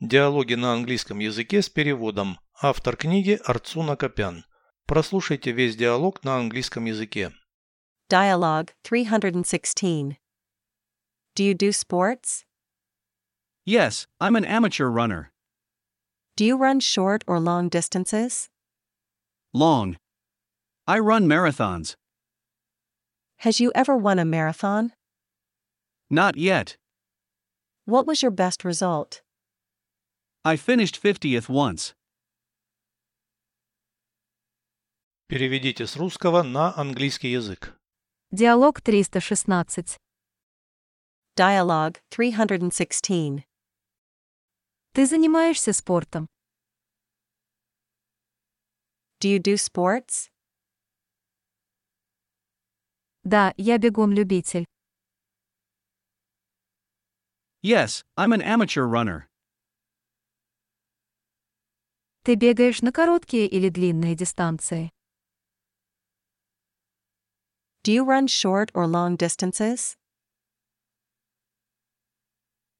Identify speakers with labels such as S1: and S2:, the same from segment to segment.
S1: Диалоги на английском языке с переводом. Автор книги Арцуна Копян. Прослушайте весь диалог на английском языке.
S2: Dialogue 316. Do you do sports?
S3: Yes, I'm an amateur runner.
S2: Do you run short or long distances?
S3: Long. I run marathons.
S2: Has you ever won a marathon?
S3: Not yet.
S2: What was your best result?
S3: I finished 50th once.
S1: Переведите с русского на английский язык.
S4: Диалог 316.
S2: Dialogue 316.
S4: Ты занимаешься спортом.
S2: Do you do sports?
S4: Да, я бегун-любитель.
S3: Yes, I'm an amateur runner.
S4: Ты бегаешь на короткие или длинные дистанции.
S2: Do you run short or long distances?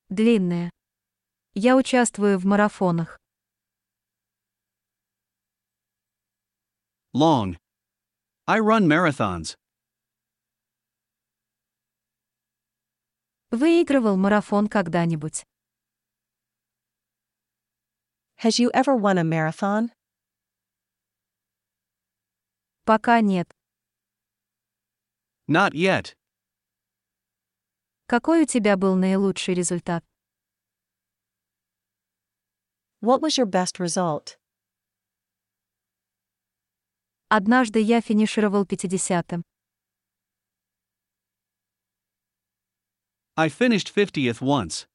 S4: Длинные. Я участвую в марафонах.
S3: Long. I run marathons.
S4: Выигрывал марафон когда-нибудь.
S2: Has you ever won a marathon?
S4: Пока нет.
S3: Not yet.
S4: Какой у тебя был наилучший результат?
S2: What was your best result?
S4: Однажды я финишировал 50-м.
S3: I finished 50th once.